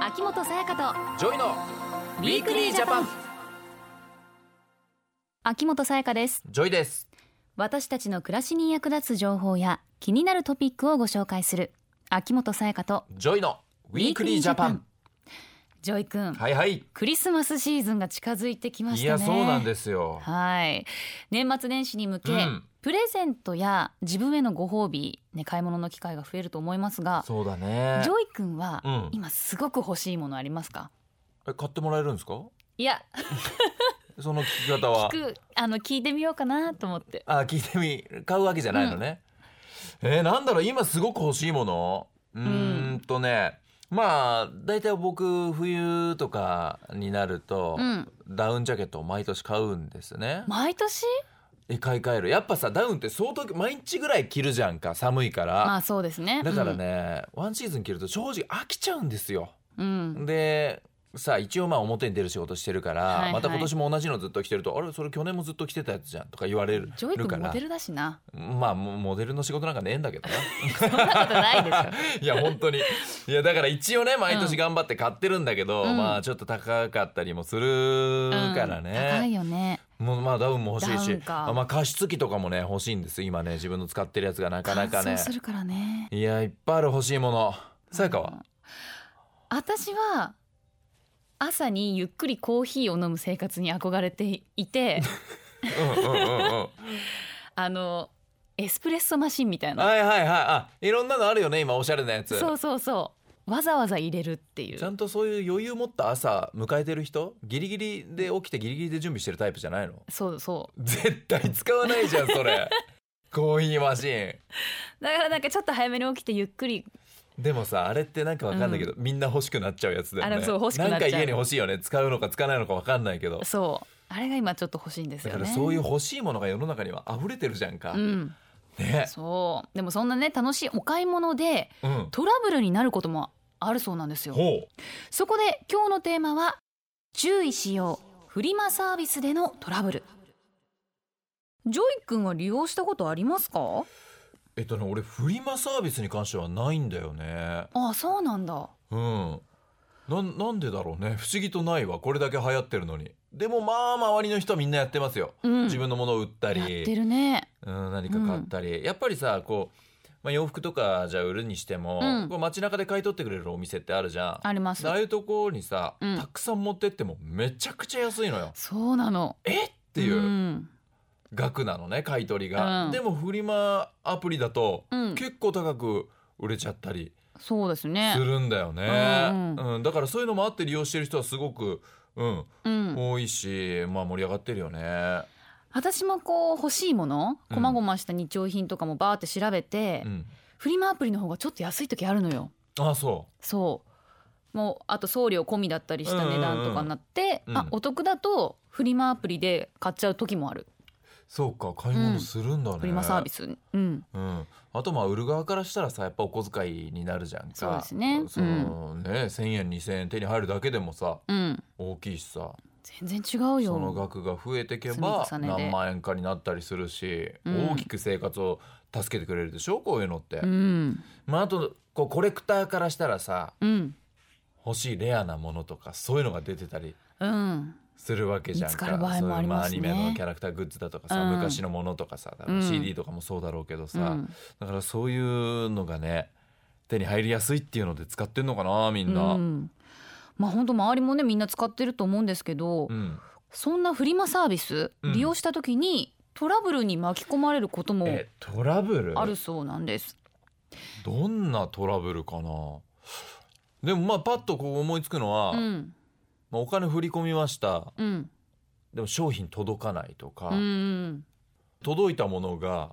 秋元さやかとジョイのウィークリージャパン秋元さやかですジョイです私たちの暮らしに役立つ情報や気になるトピックをご紹介する秋元さやかとジョイのウィークリージャパンジョイ君、はいはいクリスマスシーズンが近づいてきまいしたねやそうなんですよはい年末年始に向け、うんプレゼントや自分へのご褒美、ね、買い物の機会が増えると思いますがそうだねジョイ君は、うん今すごく欲しいものありますかえ買ってもらえるんですかいやその聞き方聞はくあの聞いてみようかなと思ってあ聞いてみ買うわけじゃないのね、えーなんだろう今すごく欲しいものうーんとねまあ大体僕冬とかになると、うんダウンジャケットを毎年買うんですね毎年え買い替えるやっぱさダウンって相当毎日ぐらい着るじゃんか寒いから、まあそうですねだからね、ワンシーズン着ると正直飽きちゃうんですよ。うん、うんでさあ一応まあ表に出る仕事してるから、はいはいまた今年も同じのずっと着てると「あれそれ去年もずっと着てたやつじゃん」とか言われるジョイるか君モらデルだしなまあもモデルの仕事なんかねえん だけどなそんなことない でしょいや本当にいやだから一応ね毎年頑張って買ってるんだけど、うんまあちょっと高かったりもするから高いね、よねもうまあダウンも欲しいダウしン、かまあ、加湿器とかもね欲しいんです今ね自分の使ってるやつがなかなか乾ね燥するからねいやいっぱいある欲しいものさやかは、私は朝にゆっくりコーヒーを飲む生活に憧れてい てうんうんうんうんあのエスプレッソマシンみたいなはいはいはいあいろんなのあるよね今おしゃれなやつそうそうそうわざわざ入れるっていちゃうんとそういう余裕持った朝迎えてる人ギリギリで起きてギリギリで準備してるタイプじゃないのそうそう絶対使わないじゃん それコーヒーマシンだからなんかちょっと早めに起きてゆっくりでもさあれってなんかわかんないけど、みんな欲しくなっちゃうやつだよねあれそう欲しくなっちゃうんか家に欲しいよね使うのか使わないのかわかんないけどそうあれが今ちょっと欲しいんですだよかねらそういう欲しいものが世の中には溢れてるじゃんか、うんねそうでもそんなね楽しいお買い物でうんトラブルになることもあるそうなんですよほうそこで今日のテーマは注意しようフリマサービスでのトラブルジョイ君は利用したことありますかえっとね俺フリマサービスに関してはないんだよねああそうなんだうんなんなんでだろうね不思議とないわこれだけ流行ってるのにでもまあ周りの人はみんなやってますよ、うん自分のものを売ったやりってるねうん、何か買ったり、やっぱりさこう、まあ、洋服とかじゃあ売るにしても、うんこう街中で買い取ってくれるお店ってあるじゃんありますでああいうところにさ、うんたくさん持ってってもめちゃくちゃ安いのよっそうなのっていううん額なのね買い取りが、うんでもフリマアプリだと、うん結構高く売れちゃったりそうですすねるんだよね、うんううんだからそういうのもあって利用してる人はすごく、うん、うん多いし、まあ盛り上がってるよね。私もこう欲しいものうんこまごました日用品とかもバーって調べて、うん、フリマアプリの方がちょっと安い時あるのよあそそうもうあと送料込みだったりした値段とかになって、うんうんうんあうんお得だとフリマアプリで買っちゃう時もある、うそうか買い物するんだね。フリマサービスうんうん、あとまあ売る側からしたらさやっぱお小遣いになるじゃんかそうですねそのね1,000円2,000円手に入るだけでもさうん大きいしさ全然違うよその額が増えてけば積み重ねで何万円かになったりするし、うん大きく生活を助けてくれるでしょこういうのって。うんまあ、あとこうコレクターからしたらさうん欲しいレアなものとかそういうのが出てたりうんするわけじゃんか見つかる場合もありますねそういうあアニメのキャラクターグッズだとかさ、うん昔のものとかさ多う分ん CD とかもそうだろうけどさ、うんだからそういうのがね手に入りやすいっていうので使ってんのかなみんな。ううんんまあ本当周りもねみんな使ってると思うんですけど、そんなフリマサービスうん利用した時にトラブルに巻き込まれることもえトラブルあるそうなんです、どんなトラブルかなでもまあパッとこう思いつくのは、うんまあ、お金振り込みましたうんでも商品届かないとか、うんうん届いたものが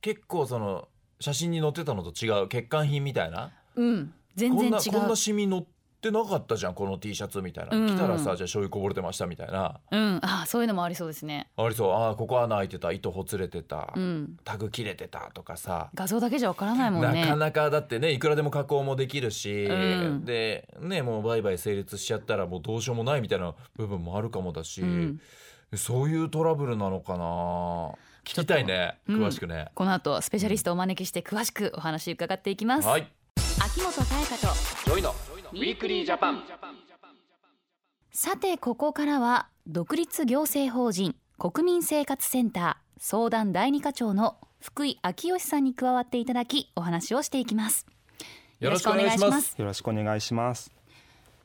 結構その写真に載ってたのと違う欠陥品みたいなうん全然違こんなこんうなシミ載ってなかったじゃんこの T シャツみたいな、うんうん来たらさじゃあ醤油こぼれてましたみたいなうん、ああそういうのもありそうですね。ありそうあーここ穴開いてた糸ほつれてた、うん、タグ切れてたとかさ、画像だけじゃわからないもんね。なかなかだってねいくらでも加工もできるし、うんでねもう売買成立しちゃったらもうどうしようもないみたいな部分もあるかもだし、うん、そういうトラブルなのかな聞きたいねちょっと詳しくね、この後スペシャリストをお招きして詳しくお話伺っていきます。はい秋元彩香とジョイのウィークリージャパンさてここからは独立行政法人国民生活センター相談第二課長の福井昭義さんに加わっていただきお話をしていきますよろしくお願いしますよろくおよろしくお願いします。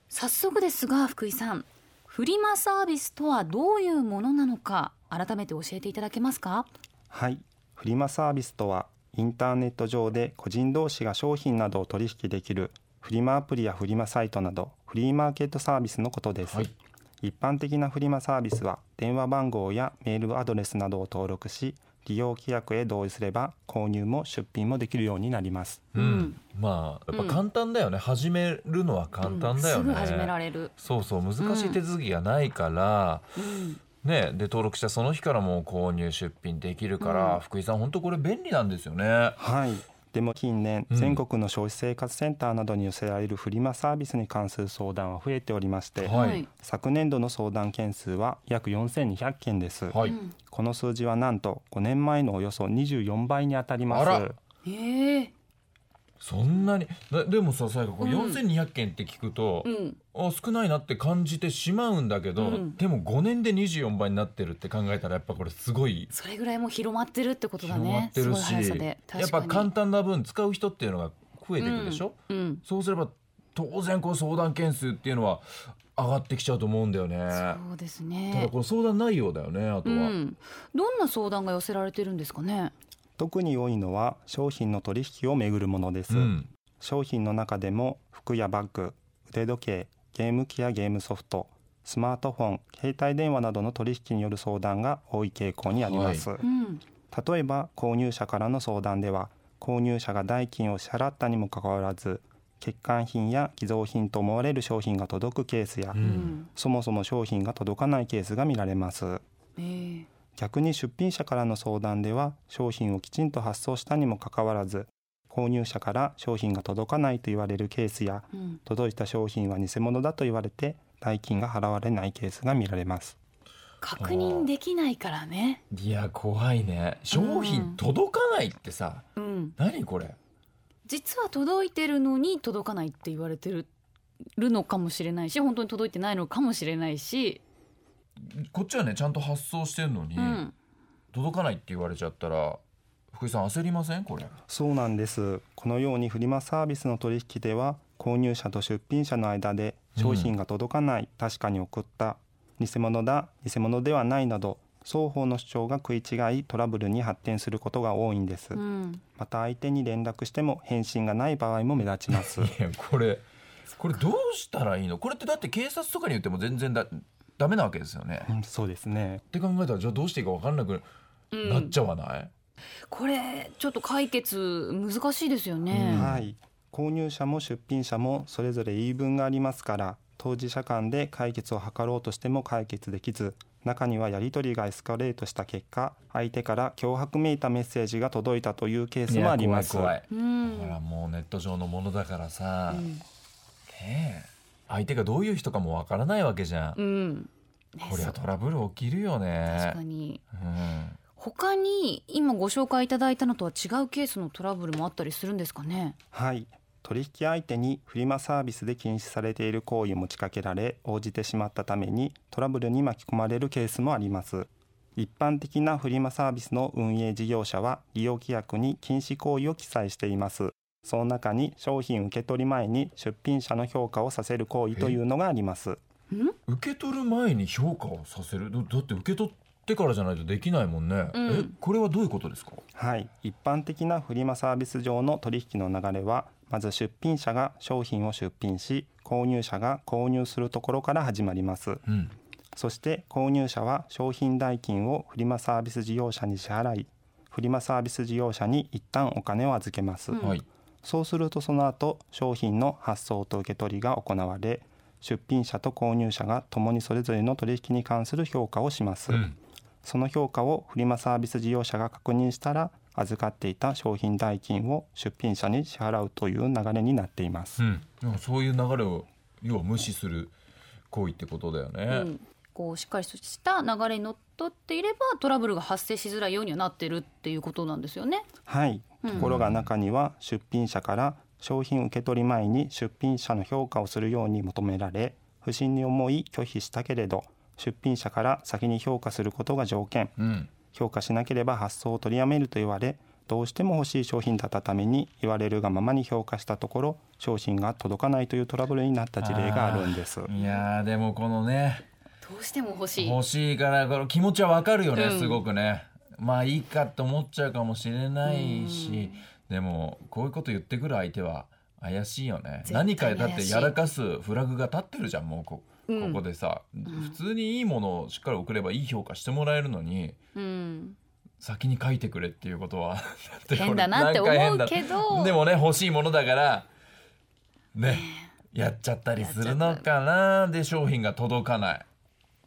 早速ですが福井さんフリマサービスとはどういうものなのか改めて教えていただけますかはい、フリマサービスとはインターネット上で個人同士が商品などを取引できるフリマアプリやフリマサイトなどフリーマーケットサービスのことです。はい一般的なフリマサービスは電話番号やメールアドレスなどを登録し利用規約へ同意すれば購入も出品もできるようになります。うん、まあやっぱ簡単だよね、始めるのは簡単だようね、んすぐ始められる、そうそう難しい手続きがないから、ねで登録したその日からもう購入出品できるから、福井さん本当これ便利なんですよね。はい。でも近年、うん全国の消費生活センターなどに寄せられるフリマサービスに関する相談は増えておりまして、はい昨年度の相談件数は約4200件です、はい、この数字はなんと5年前のおよそ24倍に当たりますあらええそんなにだでもさ最後こう4200件って聞くと、んあ少ないなって感じてしまうんだけど、でも5年で24倍になってるって考えたらやっぱこれすごいそれぐらいもう広まってるってことだ広まねってるすし、ごい速さで確かにやっぱ簡単な分使う人っていうのが増えていくでしょ、うんそうすれば当然こう相談件数っていうのは上がってきちゃうと思うんだよね。そうですただねこれ相談内容だよねあとうは、んどんな相談が寄せられてるんですかね特に多いのは商品の取引をめぐるものです、うん商品の中でも服やバッグ腕時計ゲーム機やゲームソフトスマートフォン携帯電話などの取引による相談が多い傾向にあります、うん例えば購入者からの相談では購入者が代金を支払ったにもかかわらず欠陥品や偽造品と思われる商品が届くケースや、うんそもそも商品が届かないケースが見られますええ逆に出品者からの相談では商品をきちんと発送したにもかかわらず購入者から商品が届かないと言われるケースやうん届いた商品は偽物だと言われて代金が払われないケースが見られます確認できないからねいや怖いね商品届かないってさ、うん何これ実は届いてるのに届かないって言われてるるのかもしれないし本当に届いてないのかもしれないし、こっちはねちゃんと発送してるのに、うん、届かないって言われちゃったら福井さん焦りませんこれそうなんですこのようにフリマサービスの取引では購入者と出品者の間で商品が届かない、確かに送った偽物だ偽物ではないなど双方の主張が食い違いトラブルに発展することが多いんです、うん、また相手に連絡しても返信がない場合も目立ちますいやこれこれどうしたらいいのこれってだって警察とかに言っても全然だダメなわけですよね、うっんそうですねて考えたらじゃあどうしていいか分かんなくうんなっちゃわない、これちょっと解決難しいですようんね、はい購入者も出品者もそれぞれ言い分がありますから当事者間で解決を図ろうとしても解決できず中にはやり取りがエスカレートした結果相手から脅迫めいたメッセージが届いたというケースいもやあります怖い怖いうんほらもうネット上のものだからさ、ねえ相手がどういう人かもわからないわけじゃん、うんねこれはトラブル起きるよ確ねかにうん他に今ご紹介いただいたのとは違うケースのトラブルもあったりするんですかねはい取引相手にフリマサービスで禁止されている行為を持ちかけられ応じてしまったためにトラブルに巻き込まれるケースもあります一般的なフリマサービスの運営事業者は利用規約に禁止行為を記載していますその中に商品受け取り前に出品者の評価をさせる行為というのがあります受け取る前に評価をさせるだだって受け取ってからじゃないとできないもんね、うんえこれはどういうことですかはい一般的なフリマサービス上の取引の流れはまず出品者が商品を出品し購入者が購入するところから始まりますうんそして購入者は商品代金をフリマサービス事業者に支払いフリマサービス事業者に一旦お金を預けます、はいそうするとその後商品の発送と受け取りが行われ出品者と購入者が共にそれぞれの取引に関する評価をします、んその評価をフリマサービス事業者が確認したら預かっていた商品代金を出品者に支払うという流れになっています、うん、でもそういう流れを要は無視する行為ってことだよね、うん、こうしっかりとした流れにのっとっていればトラブルが発生しづらいようにはなってるっていうことなんですよね。はい、ところが中には出品者から商品受け取り前に出品者の評価をするように求められ不審に思い拒否したけれど出品者から先に評価することが条件うん評価しなければ発送を取りやめると言われどうしても欲しい商品だったために言われるがままに評価したところ商品が届かないというトラブルになった事例があるんです。いやーでもこのねどうしても欲しい欲しいからこの気持ちはわかるよね、うんすごくねまあいいかと思っちゃうかもしれないしでもこういうこと言ってくる相手は怪しいよね絶対何かだっ怪てしいやらかすフラグが立ってるじゃんもうこうんここでさ、普通にいいものをしっかり送ればいい評価してもらえるのにうん、先に書いてくれっていうことはだって俺 変だなって思なんうか変けだどでもね欲しいものだからねやっちゃったりするのかなで商品が届かない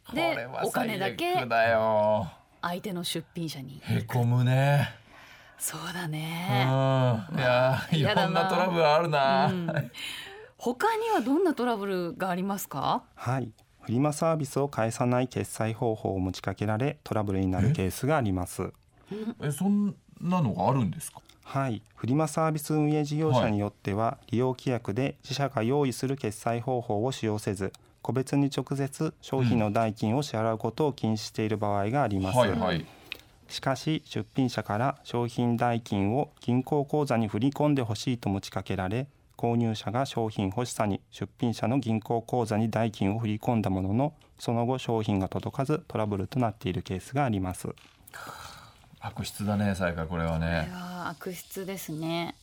こでれはお金だけ最悪だよ相手の出品者にへこむねそうだうんいね、やーいやだなろんなトラブルあるな、うん他にはどんなトラブルがありますかはいフリマサービスを返さない決済方法を持ちかけられトラブルになるケースがあります。 えそんなのがあるんですかはい、フリマサービス運営事業者によっては、利用規約で自社が用意する決済方法を使用せず個別に直接商品の代金を支払うことを禁止している場合があります、はいはいしかし出品者から商品代金を銀行口座に振り込んでほしいと持ちかけられ購入者が商品欲しさに出品者の銀行口座に代金を振り込んだもののその後商品が届かずトラブルとなっているケースがあります悪質だね最下これはこれねは悪質ですね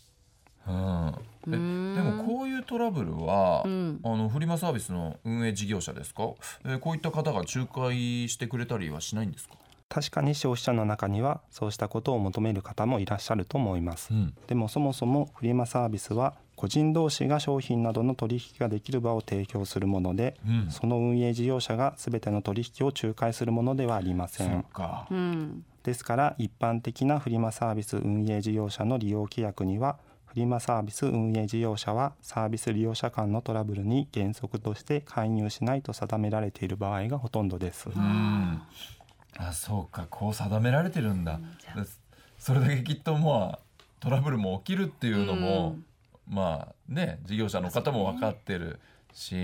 うんえでもこういうトラブルは、んあのフリマサービスの運営事業者ですか、えーこういった方が仲介してくれたりはしないんですか、確かに消費者の中にはそうしたことを求める方もいらっしゃると思います、んでもそもそもフリマサービスは個人同士が商品などの取引ができる場を提供するもので、うんその運営事業者が全ての取引を仲介するものではありませそんっかうんですから一般的なフリマサービス運営事業者の利用規約にはフリマサービス運営事業者はサービス利用者間のトラブルに原則として介入しないと定められている場合がほとんどです、うんあそうかこう定められてるんだ、じゃでそれだけきっとまあトラブルも起きるっていうのも、まあね事業者の方も分かってるし、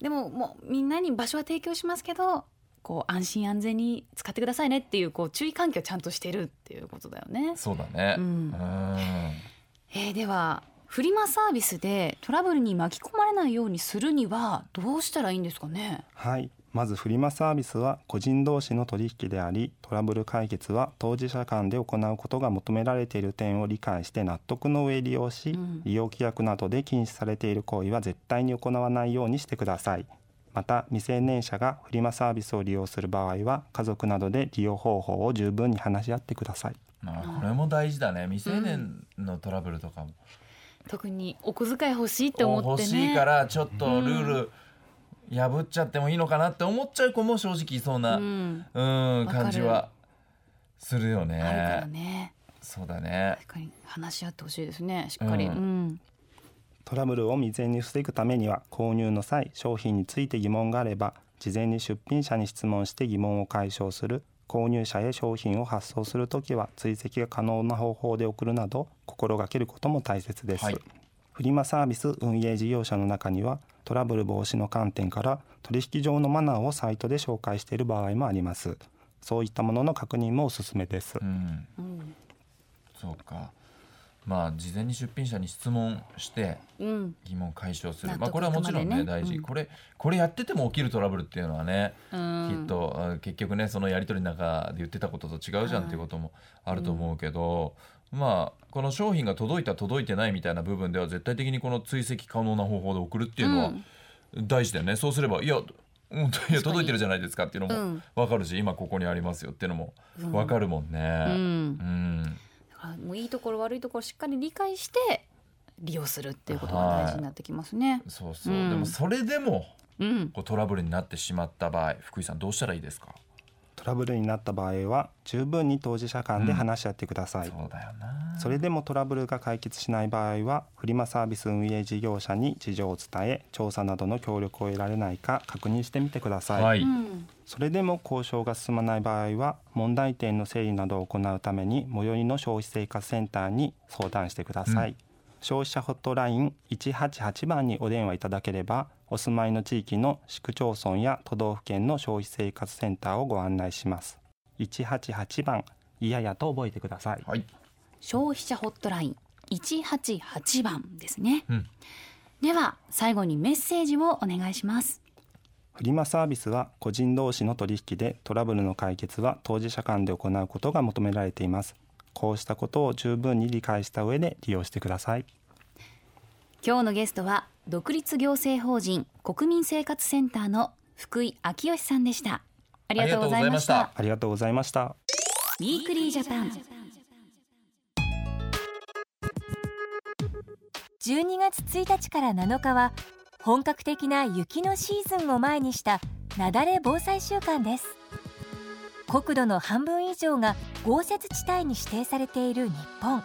でももうみんなに場所は提供しますけどこう安心安全に使ってくださいねっていうこう注意喚起をちゃんとしてるっていうことだよね。そうだね、うんうんえーではフリマサービスでトラブルに巻き込まれないようにするにはどうしたらいいんですかねはいまずフリマサービスは個人同士の取引でありトラブル解決は当事者間で行うことが求められている点を理解して納得の上利用し、ん利用規約などで禁止されている行為は絶対に行わないようにしてくださいまた未成年者がフリマサービスを利用する場合は家族などで利用方法を十分に話し合ってくださいまあ、これも大事だね未成年のトラブルとかも、特にお小遣い欲しいって思っ欲てしねいからちょっとルール破っちゃってもいいのかなって思っちゃう子も正直いそうな、ううんん、かる感じはするよあるからね。ねそうだね確かに話し合ってほしいですねしっかり、ううんんトラブルを未然に防ぐためには購入の際商品について疑問があれば事前に出品者に質問して疑問を解消する購入者へ商品を発送するときは追跡が可能な方法で送るなど心がけることも大切です、はいフリマサービス運営事業者の中にはトラブル防止の観点から取引上のマナーをサイトで紹介している場合もありますそういったものの確認もおすすめです、うん、うんそうかまあ事前に出品者に質問してうん疑問解消す納る、得まあ、これはもちろいんねくまでね大事、うんこれこれやってても起きるトラブルっていうのはね、うんきっとあ結局ねそのやり取りの中で言ってたことと違うじゃんっていうこともあると思うけど、まあこの商品が届いた届いてないみたいな部分では絶対的にこの追跡可能な方法で送るっていうのは大事だよね、そうすればいやうんいや届いてるじゃないですかっていううのもん分かるし、今ここにありますよっていうのもうん分かるもんね。うんうんだからもういいところ悪いところしっかり理解して利用するっていうことが大事になってきますね。そうそう、うんでもそれでもうん、こうトラブルになってしまった場合福井さんどうしたらいいですか、トラブルになった場合は十分に当事者間で話し合ってください、そうだよなそれでもトラブルが解決しない場合はフリマサービス運営事業者に事情を伝え調査などの協力を得られないか確認してみてください、はい、うんそれでも交渉が進まない場合は問題点の整理などを行うために最寄りの消費生活センターに相談してください、消費者ホットライン188番にお電話いただければお住まいの地域の市区町村や都道府県の消費生活センターをご案内します188番いややと覚えてくださいはい。消費者ホットライン188番ですね、うんでは最後にメッセージをお願いしますフリマサービスは個人同士の取引でトラブルの解決は当事者間で行うことが求められていますこうしたことを十分に理解した上で利用してください今日のゲストは独立行政法人国民生活センターの福井昭義さんでしたありがとうございましありがとうございましたたありがウィーとうございましたクリージャパン12月1日から7日は本格的な雪のシーズンを前にした雪崩防災週間です国土の半分以上が豪雪地帯に指定されている日本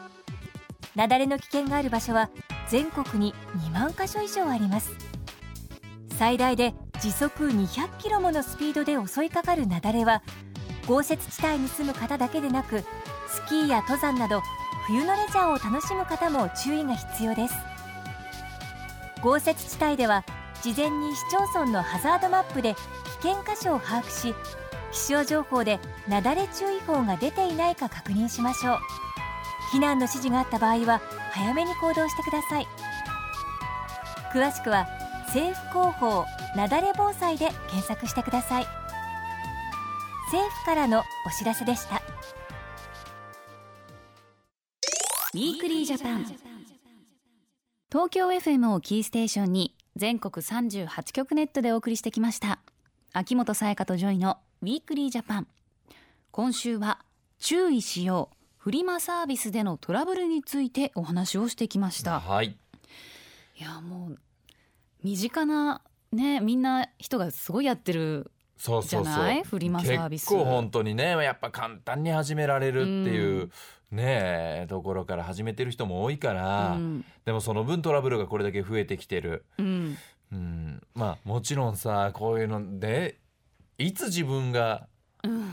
雪崩の危険がある場所は全国に2万箇所以上あります最大で時速200キロものスピードで襲いかかる雪崩は豪雪地帯に住む方だけでなくスキーや登山など冬のレジャーを楽しむ方も注意が必要です豪雪地帯では事前に市町村のハザードマップで危険箇所を把握し気象情報で雪崩注意報が出ていないか確認しましょう避難の指示があった場合は早めに行動してください詳しくは政府広報雪崩防災で検索してください政府からのお知らせでしたウィークリージャパン東京 FM をキーステーションに全国38局ネットでお送りしてきました秋元才加とジョイのウィークリージャパン今週は注意しようフリマサービスでのトラブルについてお話をしてきましたはい。いやもう身近なねみんな人がすごいやってるそうそうじそ。ゃないうフリマサービス結構本当にね、やっぱ簡単に始められるっていうう。ねえところから始めてる人も多いかうら、ん、でもその分トラブルがこれだけ増えてきてる、うん、うん、まあもちろんさこういうのでいつ自分がうんわ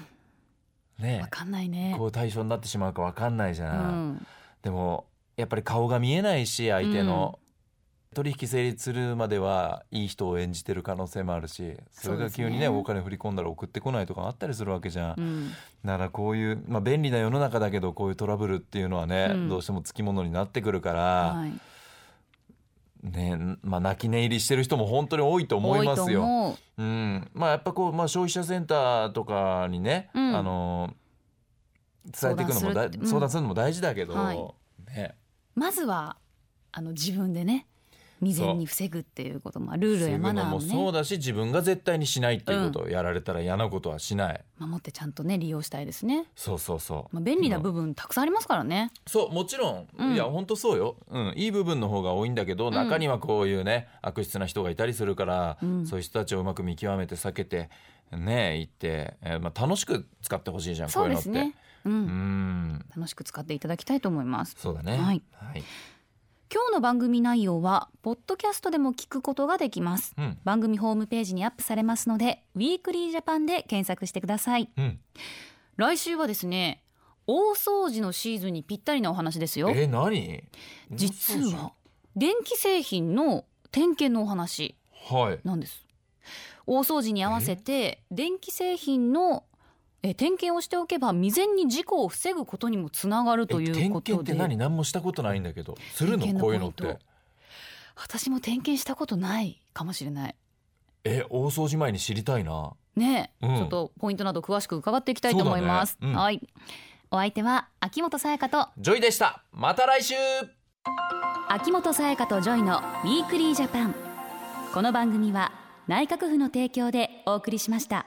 ねかんないねこう対象になってしまうかわかんないじうゃん、んでもやっぱり顔が見えないし相手の、取引成立するまではいい人を演じてる可能性もあるしそれが急そうにねですねお金振り込んだら送ってこないとかあったりするわけじゃん、うんだからこういう、まあ、便利な世の中だけどこういうトラブルっていうのはね、うんどうしてもつきものになってくるから、はいねまあ、泣き寝入りしてる人も本当に多いと思いますよ。多と思ううん、まあやっぱこう、まあ、消費者センターとかにね、うんあの伝えていくのもだ相談するいって相談,、うんするのも大事だけど、はいね、まずはあの自分でね未然に防ぐっていうこともルールやマナーもをそうねだし自分が絶対にしないっていうことをやられたら嫌なことはしない、守ってちゃんとね利用したいですね、そうそうそう、まあ、便利な部分たくさんありますからね、そうもちろん、うんいや本当そうよ、うん、いい部分の方が多いんだけど、ん中にはこういうね悪質な人がいたりするから、うんそういう人たちをうまく見極めて避けてね行って、えーまあ、楽しく使ってほしいじゃんそうでこすういうのっねて。うん、うん楽しく使っていただきたいと思いますそうだね、はいはい今日の番組内容はポッドキャストでも聞くことができますうん番組ホームページにアップされますのでウィークリージャパンで検索してくださいうん、来週はですね大掃除のシーズンにぴったりなお話ですよえ何実は電気製品の点検のお話はいなんです大掃除に合わせて電気製品のえ点検をしておけば未然に事故を防ぐことにもつながるとえいう点こと検っでて何何もしたことないんだけどするの点検のこういうのっポインてト私も点検したことないかもしれないえ大掃除前に知りたいなねえ、うんちょっとポイントなど詳しく伺っていきたいと思います、そうだねうんはいお相手は秋元才加とジョイでしたまた来週秋元才加とジョイのウィークリージャパンこの番組は内閣府の提供でお送りしました